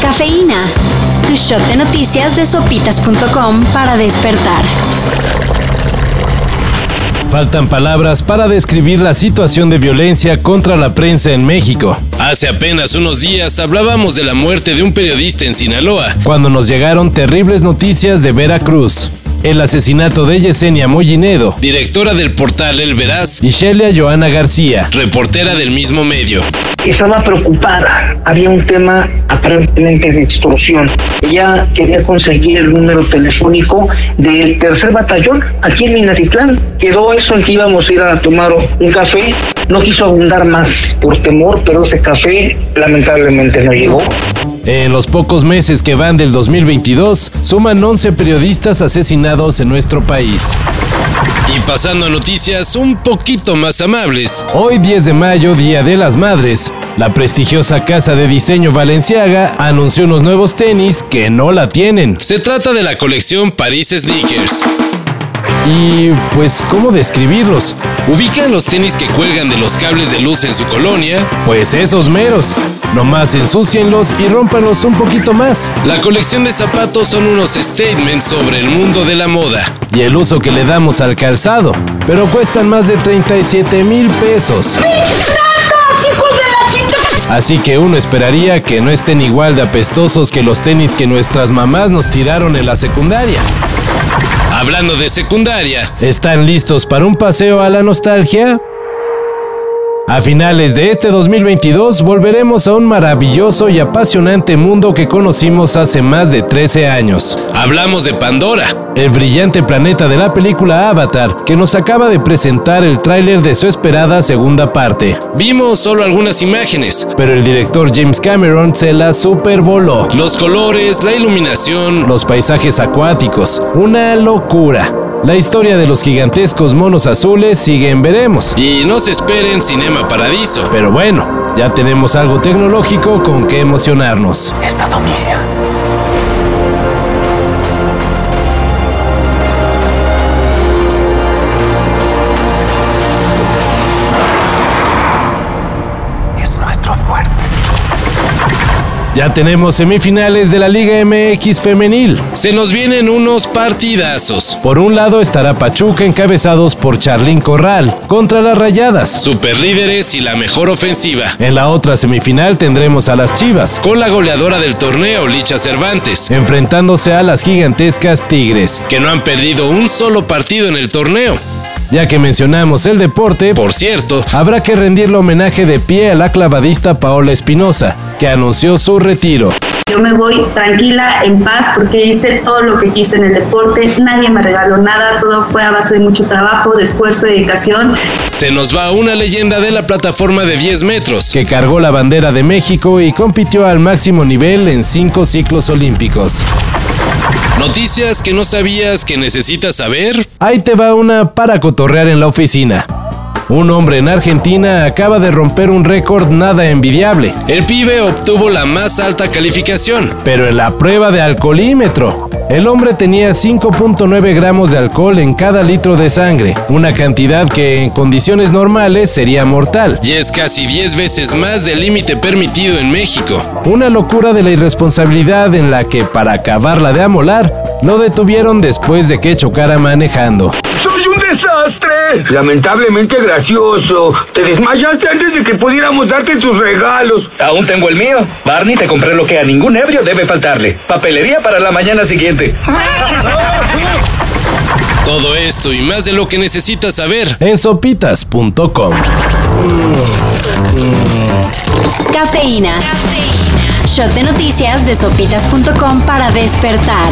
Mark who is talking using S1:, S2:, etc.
S1: Cafeína. Tu shot de noticias de sopitas.com para despertar.
S2: Faltan palabras para describir la situación de violencia contra la prensa en México. Hace apenas unos días hablábamos de la muerte de un periodista en Sinaloa, cuando nos llegaron terribles noticias de Veracruz. El asesinato de Yesenia Mollinedo, directora del portal El Veraz, y Shelia Joana García, reportera del mismo medio.
S3: Estaba preocupada, había un tema aparentemente de extorsión. Ella quería conseguir el número telefónico del tercer batallón aquí en Minatitlán. Quedó eso en que íbamos a ir a tomar un café. No quiso abundar más por temor, pero ese café lamentablemente no llegó.
S2: En los pocos meses que van del 2022, suman 11 periodistas asesinados en nuestro país. Y pasando a noticias un poquito más amables. Hoy 10 de mayo, Día de las Madres, la prestigiosa casa de diseño Valenciaga anunció unos nuevos tenis que no la tienen. Se trata de la colección Paris Sneakers. Y pues, ¿cómo describirlos? ¿Ubican los tenis que cuelgan de los cables de luz en su colonia? Pues esos meros. Nomás ensúcienlos y rómpanlos un poquito más. La colección de zapatos son unos statements sobre el mundo de la moda y el uso que le damos al calzado, pero cuestan más de 37 mil pesos. Así que uno esperaría que no estén igual de apestosos que los tenis que nuestras mamás nos tiraron en la secundaria. Hablando de secundaria, ¿están listos para un paseo a la nostalgia? A finales de este 2022 volveremos a un maravilloso y apasionante mundo que conocimos hace más de 13 años. Hablamos de Pandora, el brillante planeta de la película Avatar, que nos acaba de presentar el tráiler de su esperada segunda parte. Vimos solo algunas imágenes, pero el director James Cameron se la supervoló. Los colores, la iluminación, los paisajes acuáticos, una locura. La historia de los gigantescos monos azules sigue en veremos. Y no se esperen Cinema Paradiso. Pero bueno, ya tenemos algo tecnológico con que emocionarnos.
S4: Esta familia es nuestro fuerte.
S2: Ya tenemos semifinales de la Liga MX femenil. Se nos vienen unos partidazos. Por un lado estará Pachuca encabezados por Charlín Corral contra las Rayadas. Superlíderes y la mejor ofensiva. En la otra semifinal tendremos a las Chivas con la goleadora del torneo Licha Cervantes enfrentándose a las gigantescas Tigres que no han perdido un solo partido en el torneo. Ya que mencionamos el deporte, por cierto, habrá que rendirle homenaje de pie a la clavadista Paola Espinosa, que anunció su retiro.
S5: Yo me voy tranquila, en paz, porque hice todo lo que quise en el deporte. Nadie me regaló nada, todo fue a base de mucho trabajo, de esfuerzo, de dedicación.
S2: Se nos va una leyenda de la plataforma de 10 metros, que cargó la bandera de México y compitió al máximo nivel en cinco ciclos olímpicos. Noticias que no sabías que necesitas saber. Ahí te va una para cotorrear en la oficina. Un hombre en Argentina acaba de romper un récord nada envidiable. El pibe obtuvo la más alta calificación, pero en la prueba de alcoholímetro. El hombre tenía 5.9 gramos de alcohol en cada litro de sangre, una cantidad que en condiciones normales sería mortal. Y es casi 10 veces más del límite permitido en México. Una locura de la irresponsabilidad en la que, para acabarla de amolar, lo detuvieron después de que chocara manejando.
S6: ¡Soy un desastre! Lamentablemente gracioso. Te desmayaste antes de que pudiéramos darte tus regalos.
S7: Aún tengo el mío. Barney, te compré lo que a ningún ebrio debe faltarle. Papelería para la mañana siguiente.
S2: Todo esto y más de lo que necesitas saber en sopitas.com.
S1: Cafeína. Shot de noticias de sopitas.com para despertar.